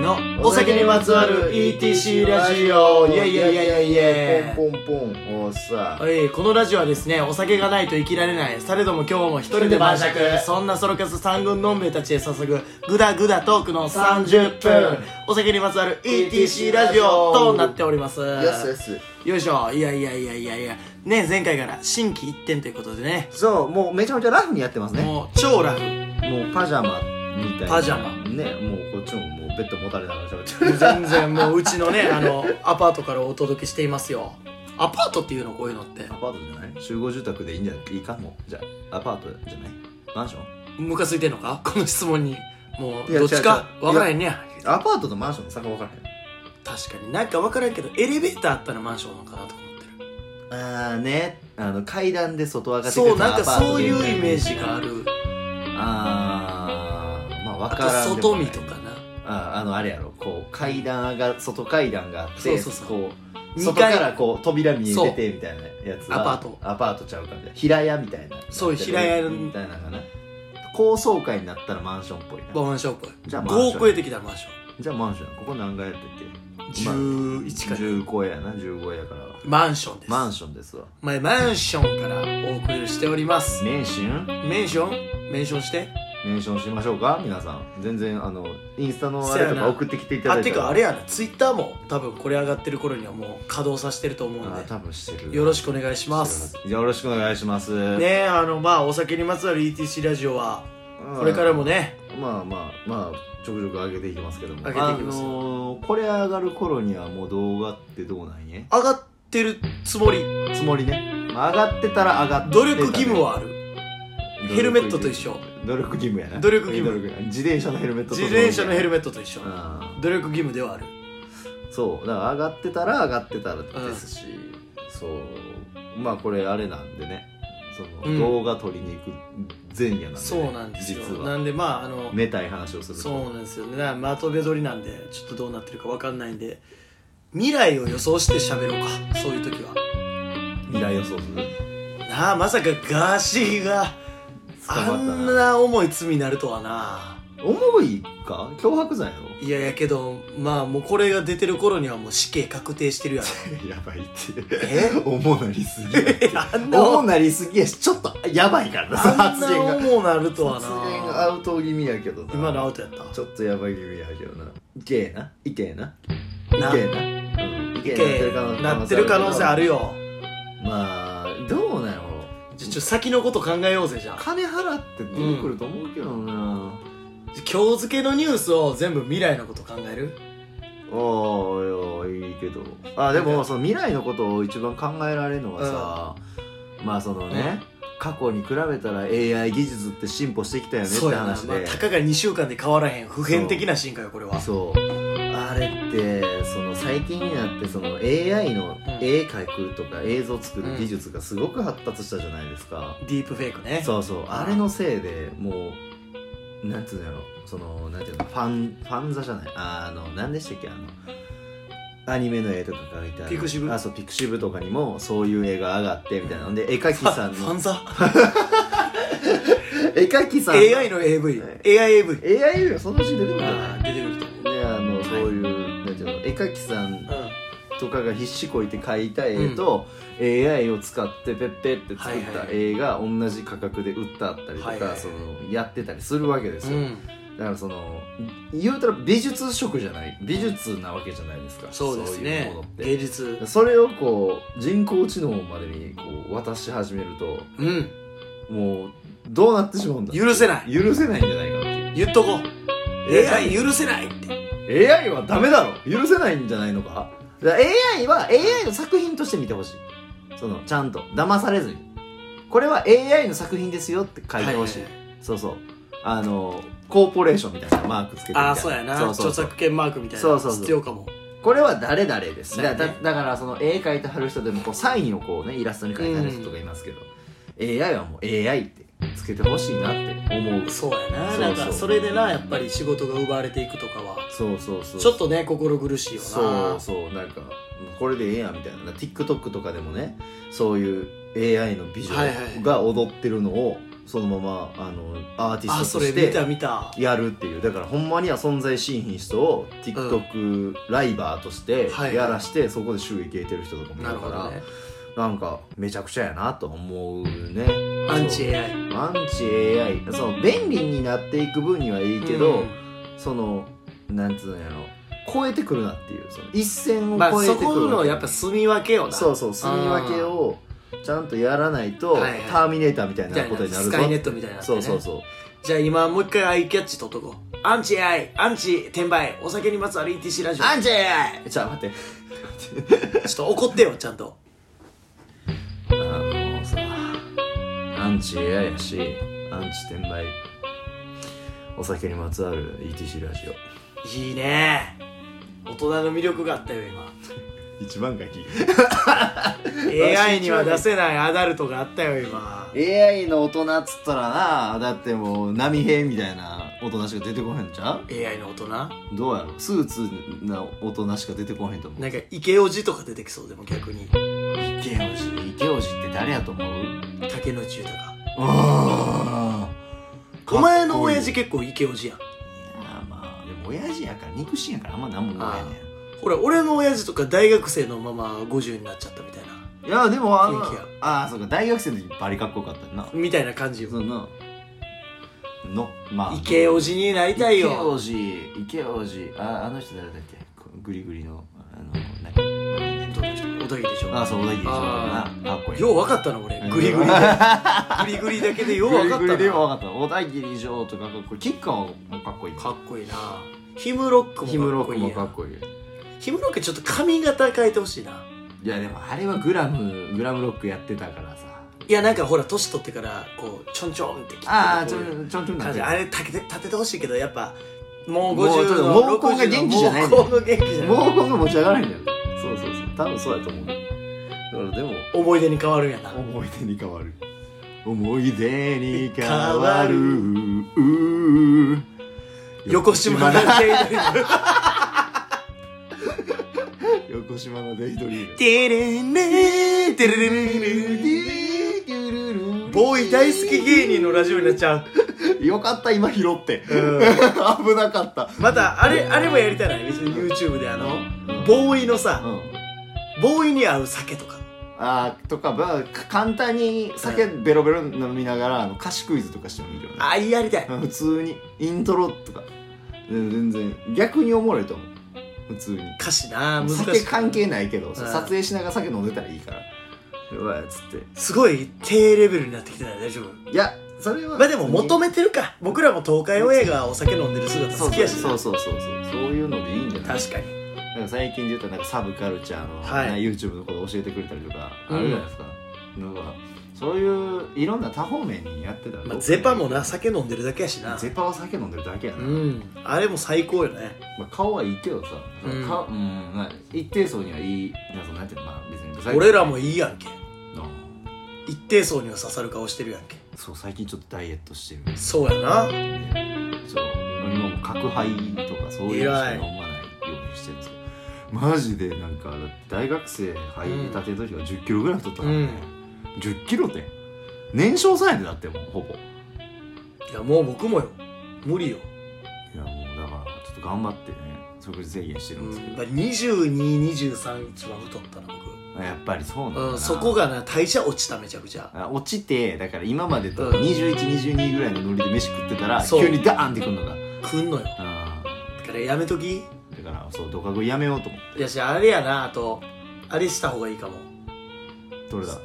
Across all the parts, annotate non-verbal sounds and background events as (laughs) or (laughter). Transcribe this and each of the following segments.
のお酒にまつわる ETC ラジオイェイイェイイェイイェイポンポンポンおーさはい、このラジオはですね、お酒がないと生きられない、されども今日も一人で晩酌、そんなソロ活三軍のんべえたちへ注ぐ、ぐだぐだトークの30分、お酒にまつわる ETC ラジオとなっております。やすやすよいしょ、いやいやいやいやいや、ね、前回から新規一点ということでね、そうもうめちゃめちゃラフにやってますねもう超ラフ、もうパジャマみたいなパジャマ。ねもうこっちももうベッド持たれながら喋ってる全然もううちのね、あの、アパートからお届けしていますよ。アパートっていうのこういうのってア。パートじゃない集合住宅でいいんじゃないいいかもうじゃあアパートじゃないマンションムカついてんのか (laughs) この質問に。もう、いやどっちか違う違うわからへんねや。アパートとマンションの差が分からへん確かになんか分からんけどエレベーターあったらマンションなのかなと思ってるああねあの階段で外上がってくるそうなんかそういうイメージがあるるあーまああ分とからんでも外ない見とかなああのあれやろこう階段上が外階段があってそうそうそうこう二外階からこう扉見えててみたいなやつはアパートアパートちゃうかみたいな平屋みたいなそう平屋みたいなのかな高層階になったらマンションっぽいなマンションっぽいじゃあマンション5億円できたらマンシじゃあマンションここ何階やったっョン11からけ15やな15やからマンションですマンションですわ前マンションからお送りしておりますメンションメンションメンションしてメンションしましょうか皆さん全然あのインスタのあれそとうやなか送ってきていたあだいてたからあれやなツイッターも多分これ上がってる頃にはもう稼働させてると思うんあで多分してるよろしくお願いしますじゃあよろしくお願いしますねねえあのまあお酒にまつわる ETC ラジオはこれからもねまあまあまあちょくちょく上げていきますけども上げていきますあよのーこれ上がる頃にはもう動画ってどうなんや上がってるつもりつもりね、まあ、上がってたら上がってた努で力義務はある努力義務ヘルメットと一緒努力義務やな努力義務努力自転車のヘルメットと自転車のヘルメメットと一緒努力義務ではあるそうだから上がってたら上がってたらですし、そうまあこれあれなんでねその、うん動画撮りに行く前夜なんでね、そうなんですよ実なはんでまああの寝たい話をするとそうなんですよねだからまとめ撮りなんでちょっとどうなってるかわかんないんで未来を予想して喋ろうかそういう時は未来予想するなあまさかガーシーが捕まったあんな重い罪になるとはな重いか脅迫罪やろいややけどまあもうこれが出てる頃にはもう死刑確定して (laughs) るやろ (laughs) やばいってえ重なりすぎやいやあんな重なりすぎやしちょっとやばいからなあん発な言が重なるとは発言がアなウト気味やけどな今のアウトやったちょっとやばい気味やけどないけえないけえないなけえなうんいけえなってる可能性あるよよまあどうなんやろじゃあちょっと先のこと考えようぜじゃあ金払って出てくると思うけどな今日付けのニュースを全部未来のこと考えるおーいやいいけどあでもその未来のことを一番考えられるのはさ、まあそのね、過去に比べたら AI 技術って進歩してきたよねってそうやな、まあ話、でたかが2週間で変わらへん普遍的な進化よこれはそうあれってその最近になってその AI のうん絵描くとか映像作る技術がすごく発達したじゃないですか、ディープフェイクねそうそうあれのせいでもうなんつうんだろうそのなんていうのファンファンザじゃないあの何でしたっけあのアニメの絵とか描いてあるピクシブあそうピクシブとかにもそういう絵が上がってみたいなので絵描きファさんファンのザ (laughs) 絵描きさん AI の AVAIAV、はい AIAV AI よそのうち出てくるんじゃあなー出てくると思ういであのそういう、なんていうの絵描きさんとかが必死こいて描いた絵と、AI を使ってペッペッって作っはたいはい絵が同じ価格で売ったったりとか、はいはいはいそのやってたりするわけですうよ、ん、だからその言うたら美術色じゃない美術なわけじゃないですかそうですそうねいうものって芸術それをこう人工知能までにこう渡し始めるとうんもうどうなってしまうんだ許せない許せないんじゃないかっていう言っとこう AI AI 許せないって、 AI はダメだろ許せないんじゃないのかだから AI は AI の作品として見てほしいそのちゃんと騙されずにこれは AI の作品ですよって書いてほしい、はいそうそうあのコーポレーションみたいなマークつけてみたいあなあそうやなそうそうそう著作権マークみたいなそうそうそう必要かもこれは誰々です、そうやだねだだからその絵描いてはる人でもこうサインをこうねイラストに描いてはる人とかいますけど、AI はもう AI ってつけてほしいなって思うそうやなそうそうなんかそれでなやっぱり仕事が奪われていくとかはそうそうそうちょっとね心苦しいよなそうそうなんかこれでええやんみたいな TikTok とかでもねそういう AI の美女はいはいが踊ってるのをそのままあのアーティあスそトとれし見たて見たやるっていうだからほんまには存在しいひん人を TikTok ライバーとしてはいやらして、そこで収益得てる人とかもいるなるかほらどねなんかめちゃくちゃやなと思うねアンチ AI そうアンチ AI その便利になっていく分にはいいけど、うんそのなんつうのやろ超えてくるなっていうその一線をまあ超えてそくる、このやっぱ住み分けよなそうそう住み分けをちゃんとやらないと、はいはいターミネーターみたいみたないことなになるスぞカイネットみたいになってそうねそうそうじゃあ今もう一回アイキャッチ取っとこうアンチ AI アンチ転売お酒にまつわる ETC ラジオアンチ AI ちょっと待ってちょっと怒ってよちゃんとあのさアンチ AI やしアンチ転売お酒にまつわる ETC ラジオいいね大人の魅力があったよ (laughs) 今一番がき AI には出せないアダルトがあったよ今 AI の大人っつったらなだってもう波平みたいな大人しか出てこへんちゃ AI の大人なうどうやろスーツな大人しか出てこへんと思うんか池オジとか出てきそうでも逆に池王子池王子って誰やと思う竹野内豊ああお前の親父結構池オジやんあまあでも親父やから肉親やからあんま何も言わへんねほら俺の親父とか大学生のまま50になっちゃったみたいなんいやでもあの雰囲気やああそうか大学生の時バリかっこよかったよなみたいな感じよそののまあ池オジになりたい池王よ子池王子ああの人誰だっけこうグリグリのあのなんどかの人小田切でしょああそう小田切でしょあなかっこいいよう分かったな俺グリグリでグリグリだけでよう分かっグリたグリでなも分かった小田切城とかかっこいいキッカーもかっこいいかっこいいなヒムロックヒムロもッかっこクいいもやかっこいいヒムロックちょっと髪型変えてほしいないやでもあれはグラムグラムロックやってたからさいやなんかほら年取ってからこうちょんちょんってきてああこちうょいうちょんちょんな感んじてあれ立てて立ててほしいけどやっぱもうもうちょっ50のと毛根が元気じゃない60の毛根の元気じゃない毛根が持ち上がらへんだよそうそうそう多分そうやと思うだからでも思い出に変わるんやな思い出に変わる思い出に変わわるる横島のデイドリーム横島のデイドリームテレレテレレレレレ (laughs) ボーイ大好き芸人のラジオになっちゃう、よかった今拾って (laughs) うん、危なかったまた (laughs) あれあれもやりたいな別に YouTube であのうんボーイのさうんボーイに合う酒とかあーとか、まあ、か簡単に酒ベロベロ飲みながらあの歌詞クイズとかしてもいいよねああやりたい普通にイントロとかうん全然逆におもろいと思う普通に歌詞な難し酒い関係ないけどんそう撮影しながら酒飲んでたらいいからうわっつってすごい低レベルになってきてない大丈夫いやそれはまあでも求めてるか僕らも東海オンエアがお酒飲んでる姿そう好きやしそなうそうそうそうそういうのでいいんじゃない確かになんか最近で言ったらなんかサブカルチャーの、はいな YouTube のこと教えてくれたりとかあるじゃないですか、なんかそういういろんな多方面にやってたらどうかな、まあゼパもな酒飲んでるだけやしなゼパは酒飲んでるだけやうな、んあれも最高よねまあ、顔はいいけどさ、うん顔うんまあ、一定層にはいいなんかなんていうのまあ別に不細工俺らもいいやんけうん一定層には刺さる顔してるやんけそう最近ちょっとダイエットしてるそうやなそう今もう角杯とかそういうのしか偉い飲まないようにしてるんですよマジでなんかだって大学生入りたての時は1 0キロぐらい太ったからね、1 0キロって年少さんやでだってもうほぼいいやもう僕もよ無理よ、やもうだからちょっと頑張ってね食事制限してうるんですけん、ど、 2223一番太ったなやっぱりそうなんだ僕、な、うん、そこがな代謝落ちためちゃくちゃあ落ちてだから今までとうん2122ぐらいのノリで飯食ってたらそう急にダーンってくんのがうん食んのよだからやめときだからそうドカ食いやめようと思っいやしあれやなあとあれした方がいいかもてどれだ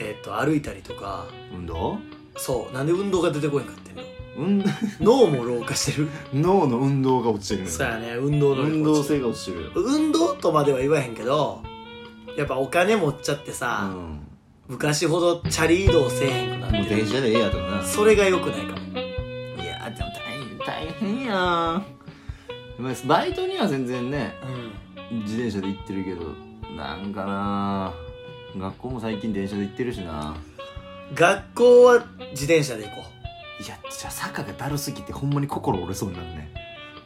えっと歩いたりとか運動そうなんで運動が出てこへんかってんの運脳も老化してる脳の運動が落ちてるのよそうやね運動の運動性が落ちてるよ、運動とまでは言わへんけどやっぱお金持っちゃってうん、さ、も昔ほどチャリ移動せえへんくなっうてる電車でええやとかなそれが良くないかもいやーでも大変大変やんまあバイトには全然ねう自転車で行ってるけどなんかなー学校も最近電車で行ってるしなん学校は自転車で行こういやじゃあ坂がだるすぎてほんまに心折れそうになるね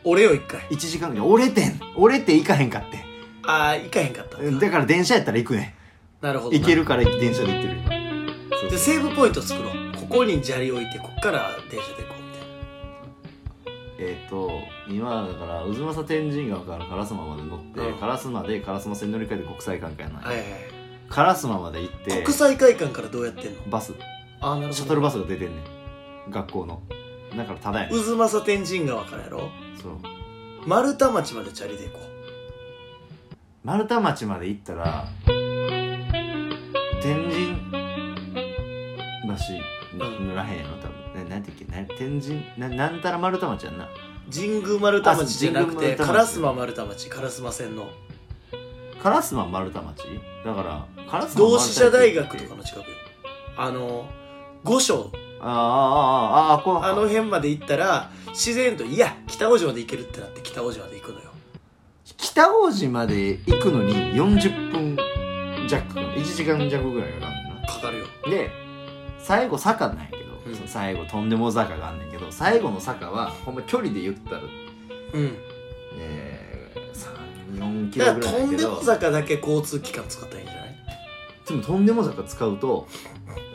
俺よ一回1時間ぐらい折れてん折れて行かへんかってああ行かへんかっただから電車やったら行くねなるほどな行けるから電車で行ってる今でセーブポイント作ろうここに砂利置いてこっから電車で行こうみたいなえっ、と今だから渦政天神川から烏丸まで乗って、うん烏丸で烏丸線乗り換えて国際館からはいない、はいはい烏丸まで行って国際会館からどうやってんのバスああなるほどシャトルバスが出てんねん学校のだからただやねん渦政天神川からやろそう丸太町までチャリで行こう丸太町まで行ったら天神橋うん乗らへんやろ多分ななんていうっけな天神ななんたら丸太町やんな神宮丸太あ町じゃなくて神宮丸太町烏丸丸太町烏丸線の烏丸丸太町だから烏丸丸太町同志社大学とかの近くよあの五所あーあーあーあーあーこうあの辺まで行ったら自然といや北大路まで行けるってなって北大路まで行くのよ北王子まで行くのに40分弱1時間弱ぐらいかかんねんなかかるよで最後坂なんやけど、うんその最後とんでも坂があんねんけど最後の坂はほんま距離で言ったらうんえー、34キだかロらぐとらいだけんでども坂だけ交通機関使ったらいいんじゃないでもとんでも坂使うと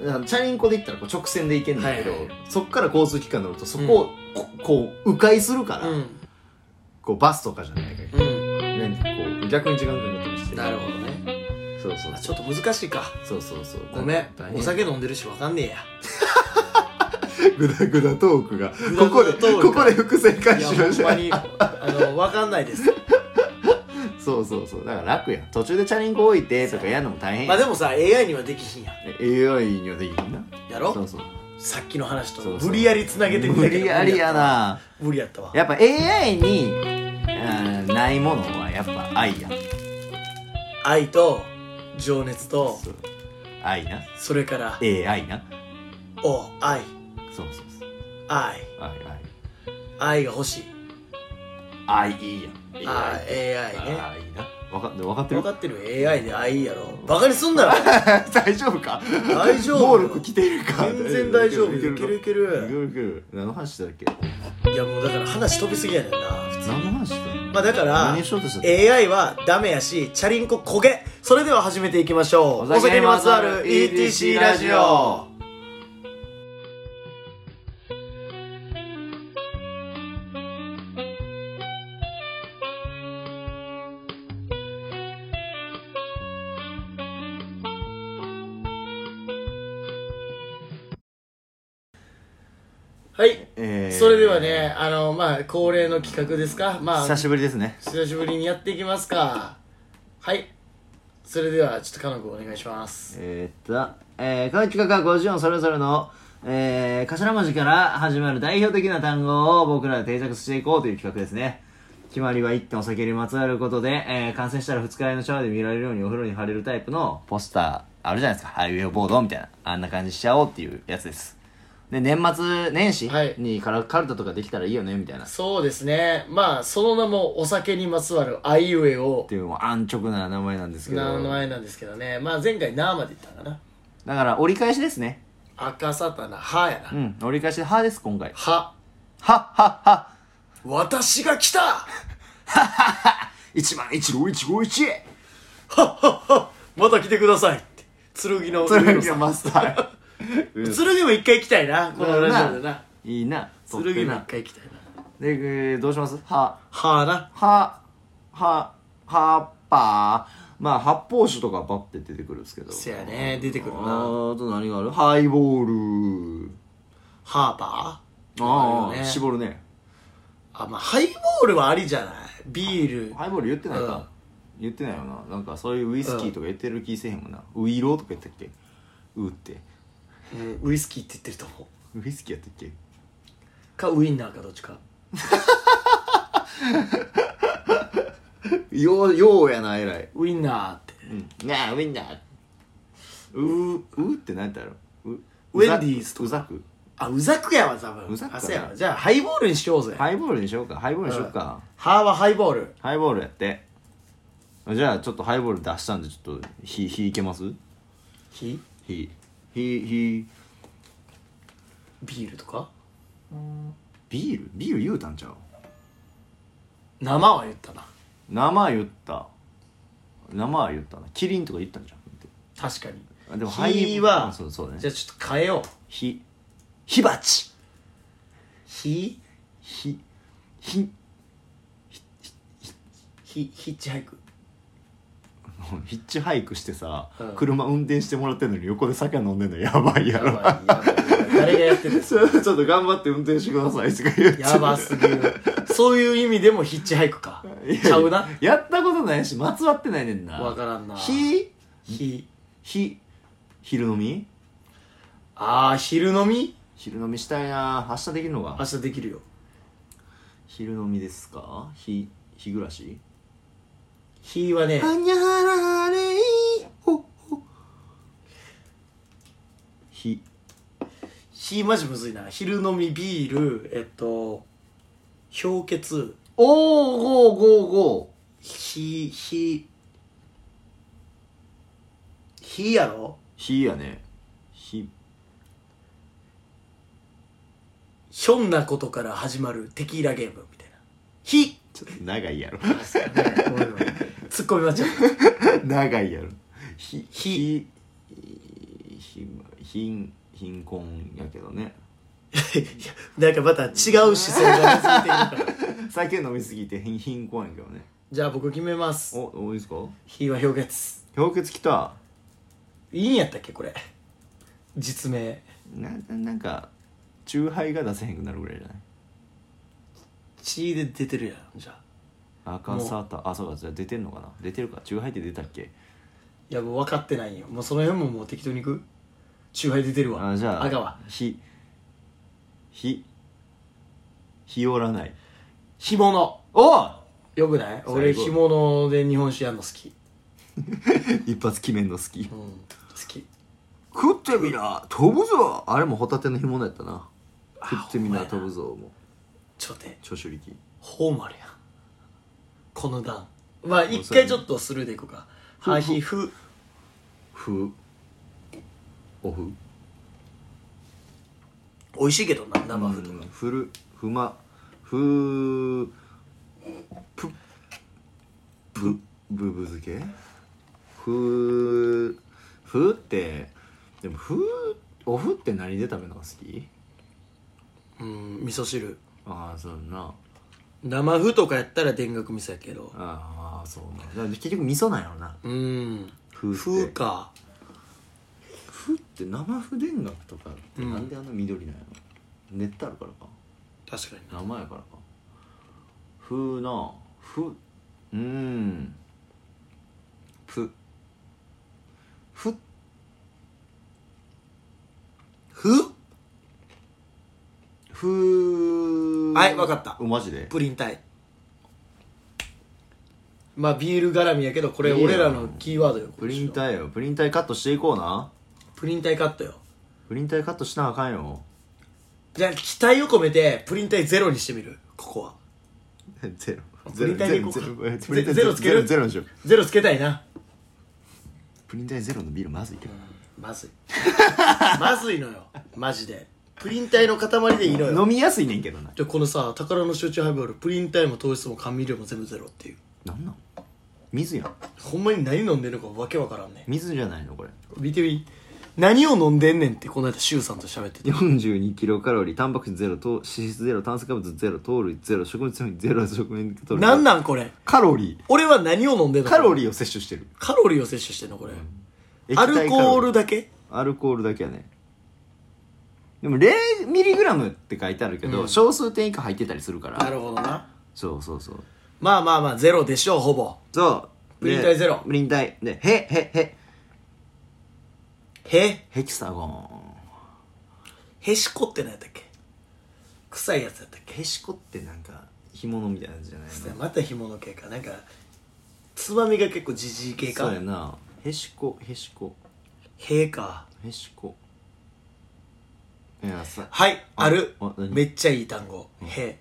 あのチャリンコで行ったらこう直線で行けんだけど、はいはいそっから交通機関乗るとそこをこ,、うこう迂回するから、うんこうバスとかじゃないから、うんなんかこう逆に時間かかったりしてなるほどねそうそうあそちょっと難しいかうそうそうごめん大変お酒飲んでるしわかんねえやグダグダトークがグダここグでダトークここで伏線回いや収をしほんまたにあのわかんない (laughs) ですそうそうそうだから楽やん途中でチャリンコ置いてとかやるのも大変まやあん、でもさ AI にはできひんやんえ AI にはできひんなやろそうそうさっきの話そとうそう無理やりつなげてみ無たけど理やりやな無理やったわやっぱ AI に、うんないものはやっぱ愛やん愛と情熱とそう愛なそれから AI なお愛そうそうそう愛愛愛が欲しい愛愛いいやんあ AI ー AI ね愛な分か分かって分るかってる AI で AI やろバカにすんな (laughs) ろ (laughs) 大丈夫か大丈夫 (laughs) 暴力来ているか全然大丈夫いいけけるるいいけけるるいけいけるるいける何の話だっけいやもうだから話飛びすぎやねんな普通何の話だっけまあだから何しようとしたっけ AI はダメやしチャリンコ焦げそれでは始めていきましょうお酒にまつわる ETC ラジオはいえーそれではねあのまあ恒例の企画ですかまあ久しぶりですね久しぶりにやっていきますかはいそれではちょっとかのこお願いしますえーっと、えー、この企画は50音それぞれの、えー、頭文字から始まる代表的な単語を僕らで定着していこうという企画ですね。決まりは一点お酒にまつわることで、えー、完成したら二日酔いのシャワーで見られるようにお風呂に貼れるタイプのポスターあるじゃないですか。ハイウェイボードみたいな。あんな感じしちゃおうっていうやつです。で、年末年始はいにからカルタとかできたらいいよねみたいな。っそうですねまあその名もお酒にまつわるあいうえをていうのも安直な名前なんですけど。名前なんですけどねまあ前回「な」まで言ったかなだから折り返しですね。赤さたな「は」やな「うん。折り返しで、はです、今回。ははっはっは。」私が来た一万一五一五一。また来てくださいって剣のそれ剣がマスター。も一回行きたいな (laughs) このラジオでないいな。剣取っても一な。回行きたいなで、えーどうしますは、はあなは、は、はっぱー。まあ、発泡酒とかパッて出てくるんですけど。せやね出てくるあなーあと何があるハイボール。ハーバーあああ、るよね絞るね。あ、まあ、ハイボールはありじゃないビール。ハイボール言ってないか。うん言ってないよな。なんかそういうウイスキーとか言ってる気せえへんもんな。ウイローとか言ったっけウーって。うんウイスキーって言ってると思ウイスキーやったっけう。か、ウインナーかどっちか。よう、ようやな、偉い。ウインナーって。うん、なあウィンナーうううって何だろううウェンディーズとかうざくあ、うざくやわ、多分。うざくかなあ、そうやわ。じゃあ、ハイボールにしようぜ。ハイボールにしようかハイボールにしようか、ハーはハイボール。ハイボールやってじゃあちょっとハイボール出したんでちょっと火火いけます火火火火ビールとかビールビール言うたんちゃう生は言ったな。生言った生は言ったなキリンとか言ったんじゃん確かに。あでも火ボールはあそうそうだねじゃあ、ちょっと変えよう。火火鉢ひひひひヒッチハイクもう (laughs) ヒッチハイクしてさ、うん車運転してもらってんのに横で酒飲んでんのやばいややろばいやばい誰がやってる (laughs) それちょっと頑張って運転してくださいとか言ってやばすぎるそういう意味でもヒッチハイクかいやちゃうなやったことないしまつわってないねんなわからんなひひひ昼飲みああ昼飲み昼飲みしたいな明日できるの明か日できるよ昼飲みですかひ日暮らしひはねにゃらはれいほほひひマジむずいな昼飲みビールえっと氷結おーごーごーごひひひやろーひやねひひょんなことから始まるテキーラゲームみたいなひちょっと長いやろ (laughs) ごめんごめんツッコミ間違えた長いやろひひひひ貧貧困やけどね (laughs) いやなんかまた違う視線が続いてるから酒飲みすぎて貧貧困やけどねじゃあ僕決めますおおいいですかひは氷結氷結きたいいんやったっけこれ実名なななんか酎ハイが出せへんくなるぐらいじゃない血で出てるやんじゃあ赤サタあそうかじゃあ出てんのかな出てるか酎ハイって出たっけいやもう分かってないよもうその辺ももう適当にいくチューハイ出てるわあじゃあ赤はひひひおらない干物おうよくない俺最干後物で日本酒やんの好き (laughs) 一発決めんの好きうん好き食ってみな飛ぶぞあれもホタテの干物やったなあ食ってみなほん飛まやぶぞもうちょっと待って長州力ホームあるやんこの段まあ一回ちょっとスルーでいこうかふはひふふおふ美味しいけどな生ふとうんかふるふまふーぷぶぶぶ漬けふーふーってでもふーおふって何で食べるのが好きうん味噌汁ああそうやんな生ふとかやったら田楽味噌やけどああそうなだから結局味噌なんやろなうんふーっふてかふって生不田楽とかってなんであんな緑なんやろ、熱ってあるからか確かにな生やからかふーなふうーんふふふふーはいわかったおマジでプリン体まあビール絡みやけどこれいいやん俺らのキーワードよプリン今年の体よプリン体カットしていこうなプリン体カットよプリン体カットしなあ (laughs) かんよじゃあ期待を込めてプリン体ゼロにしてみるここはゼロプリン体でいこうかゼロゼロプリン体ゼロつけるゼロゼロにしようゼロつけたいなプリン体ゼロのビールまずいけどまずい (laughs) まずいのよマジでプリン体の塊でいいのよ飲みやすいねんけどなでこのさ宝の集中ハイボールプリン体も糖質も甘味料も全部ゼロっていうなんなん水やんほんまに何飲んでるのかわけわからんね水じゃないのこれ見てみ何を飲んでんねんってこの間シュウさんと喋ってて42キロカロリータンパク質ゼロ糖脂質ゼロ炭水化物ゼロ糖類ゼロ食物繊維ゼロ食物糖類何なんこれカロリ俺は何を飲んでんーのカロリーを摂取してるカロリーを摂取してんのこれ、液ア体カロルリコールだけアルコールだけやねでも0ミリグラムって書いてあるけど、うん少数点以下入ってたりするからなるほどなそうそうそうまあまあまあゼロでしょうほぼそうプリンで体ゼロプリン体でへへへへヘキサゴンへしこって何やったっけ臭いやつやったっけへしこってなんか干物みたいなやつじゃないのまた干物系かなんかつまみが結構じじい系そうかやなへしこへしこへかへしこいやさはいああるあ何めっちゃいい単語へ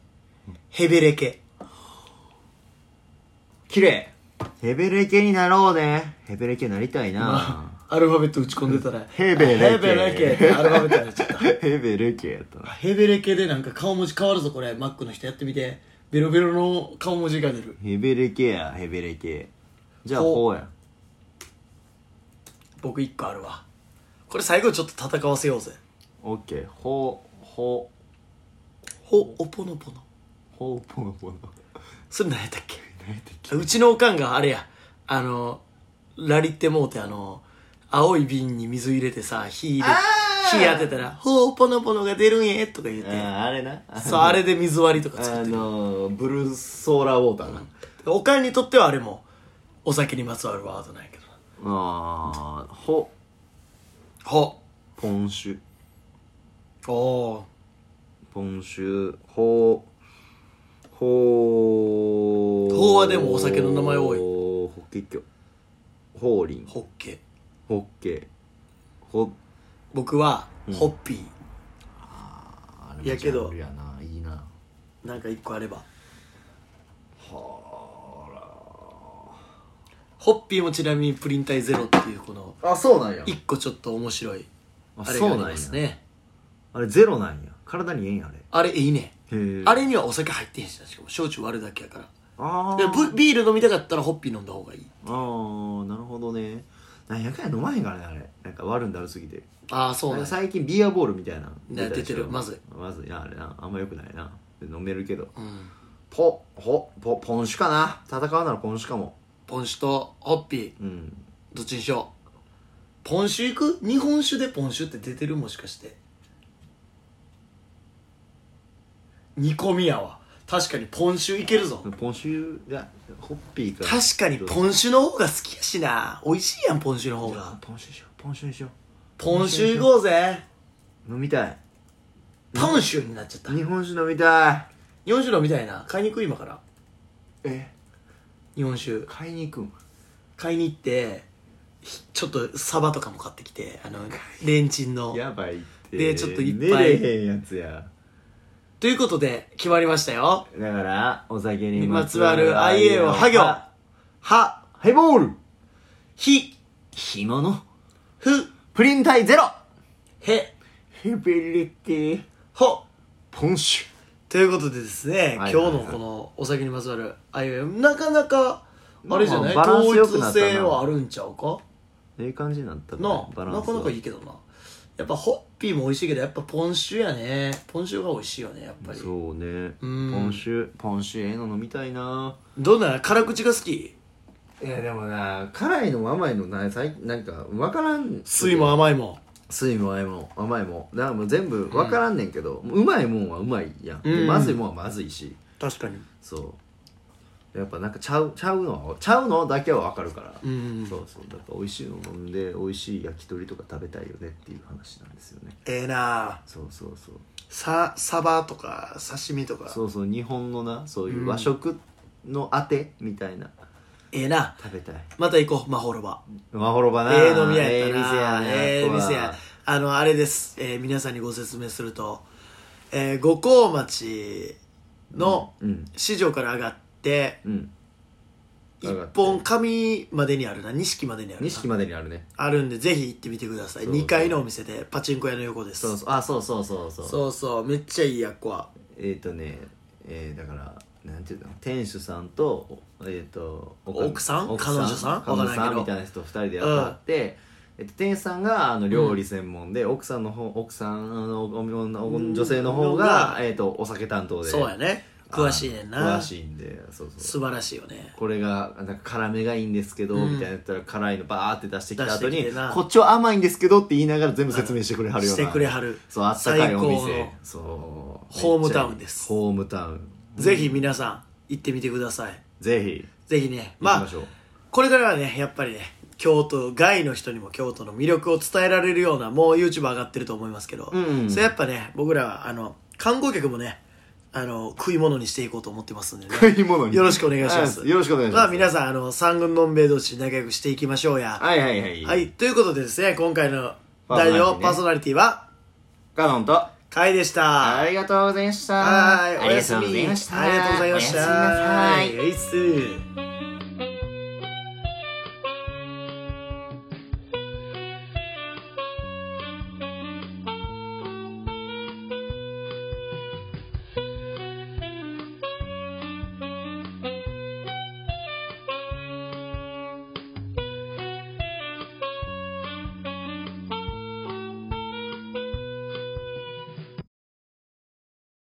へべれ系綺麗ヘベレケになろうねヘベレケなりたいな (laughs) アルファベット打ち込んでたら (laughs) へべれ系へべれ系ってアルファベットになっちゃった (laughs) ヘベレケやったなヘベレ系でなんか顔文字変わるぞこれマックの人やってみてベロベロの顔文字が出るヘベレケやヘベレケじゃあほほうや僕一個あるわこれ最後ちょっと戦わせようぜオッケーほうほほおぽのぽのほうぽのぽのそれ何やったっけ何やったっけうちのおかんがあれやあのラリってもうてあの青い瓶に水入れてさ火入れあー火当てたら「ほうぽのぽのが出るんえ」とか言っあてーあれなそうあれで水割りとか作あってるのブルーソーラーウォーターなおかんにとってはあれもお酒にまつわるワードなんやけどああほほポン酒おおポン酒ほうほうほうはでもお酒の名前多いほうけっきょほうりんホッケほっけほ僕はホッピー、あいやけどジャンルやないいななんか一個あればホッピーもちなみにプリン体ゼロっていうこのあそうなんや一個ちょっと面白いああれがありますそうなんやねあれゼロなんや体にええんやあれあれいいねへえあれにはお酒入ってへんしなしかも焼酎割るだけやからあーでブビール飲みたかったらホッピー飲んだ方がいいあーなるほどねなんやかんや飲まへんからねあれなんか悪んだるすぎてああそうなんなんやか最近ビアボールみたいなのねたでしょ出てるまずいまずいなあれなあんまよくないな飲めるけどうんポほポポン酒かな戦うならポン酒かもポン酒とホッピーうんどっちにしようポン酒いく日本酒でポン酒って出てるもしかして煮込みやわ確かにポン酒いけるぞポン酒いやホッピーから確かにンポン酒の方が好きやしな美味しいやんポン酒の方がポン酒にしようポン酒にしよポン酒いこうぜう飲みたいタウン酒になっちゃった日本酒飲みた日本酒飲みたいな買いに行く今からいえ日本酒買いに行くん買いに行ってひちょっとサバとかも買ってきてあのレンチンのやばいってでちょっといっぱい寝れへんやつやということで決まりましたよだからお酒ににまつわるあいうえおは行ははハイボールひ干物ふプリン体ゼロへヘビリティほポン酒ということでですね、はいはいはい今日のこのお酒にまつわるあいうえおなかなかあれじゃない、まあバランス統良一くなったな性はあるんちゃうかええ感じになったねなあバランスなかなかいいけどなやっぱホッピーも美味しいけどやっぱポン酒やねポン酒が美味しいよねやっぱりそうねポうんン酒ポン酒ええの飲みたいなどんな辛口が好きいやでもな辛いのも甘いのない最なんか分からん酸いも甘いも酸いも甘いも甘いもだからもう全部分からんねんけど、うまいもんはうまいやん、でうんまずいもんはまずいし確かにそうやっぱなんかちゃうちゃうのはちゃうのだけは分かるから、うんそうそうだから美味しいの飲んで美味しい焼き鳥とか食べたいよねっていう話なんですよねええなそうそうそうさサバとか刺身とかそうそう日本のなそういう和食のあてみたいな、ええな食べたいまた行こうマホロバまほろばなええ飲み屋やえっえたな店やねええ店やあのあれです、えー皆さんにご説明すると、えー五光町のうん市場から上がってうん一上がって本上までにあるな錦までにあるな錦までにあるねあるんでぜひ行ってみてくださいそうそう2階のお店でパチンコ屋の横ですそうそうあそうそうそうそうそうそうめっちゃいいやっこはえっ、とねえー、だからなんていうの店主さんとえっ、とお奥さん彼女さん彼女わからんさけんどみたいな人二人でやったって、えっと、店主さんがあの料理専門で、奥さんの方奥さんのおおお女性の方が、うえっとお酒担当でそうやね詳しいねんあな詳しいんでそうそう素晴らしいよねこれがなんか辛めがいいんですけど、うんみたいなやったら辛いのバーって出してきた後出してにきてなこっちは甘いんですけどって言いながら全部説明してくれはるよしなてくれはるそうあったかいお最店高そうホームタウンですホームタウンのぜひ皆さん行ってみてくださいぜひぜひね行きままあしょう、これからはねやっぱりね京都外の人にも京都の魅力を伝えられるようなもう YouTube 上がってると思いますけど、うんうんそれやっぱね僕らはあの観光客もねあの食い物にしていこうと思ってますんでね食い物 (laughs) によろしくお願いしますはいよろしくお願いしますまあ皆さんあの三軍のんべい同士仲良くしていきましょうやはいはいはいはい、ということでですね、今回のパーソナリティね代表パーソナリティは、カノンとカイでした。ありがとうございましたはーい、あおりやがすとうござみ。いましたありがとうございました。おやすみなさいはいっす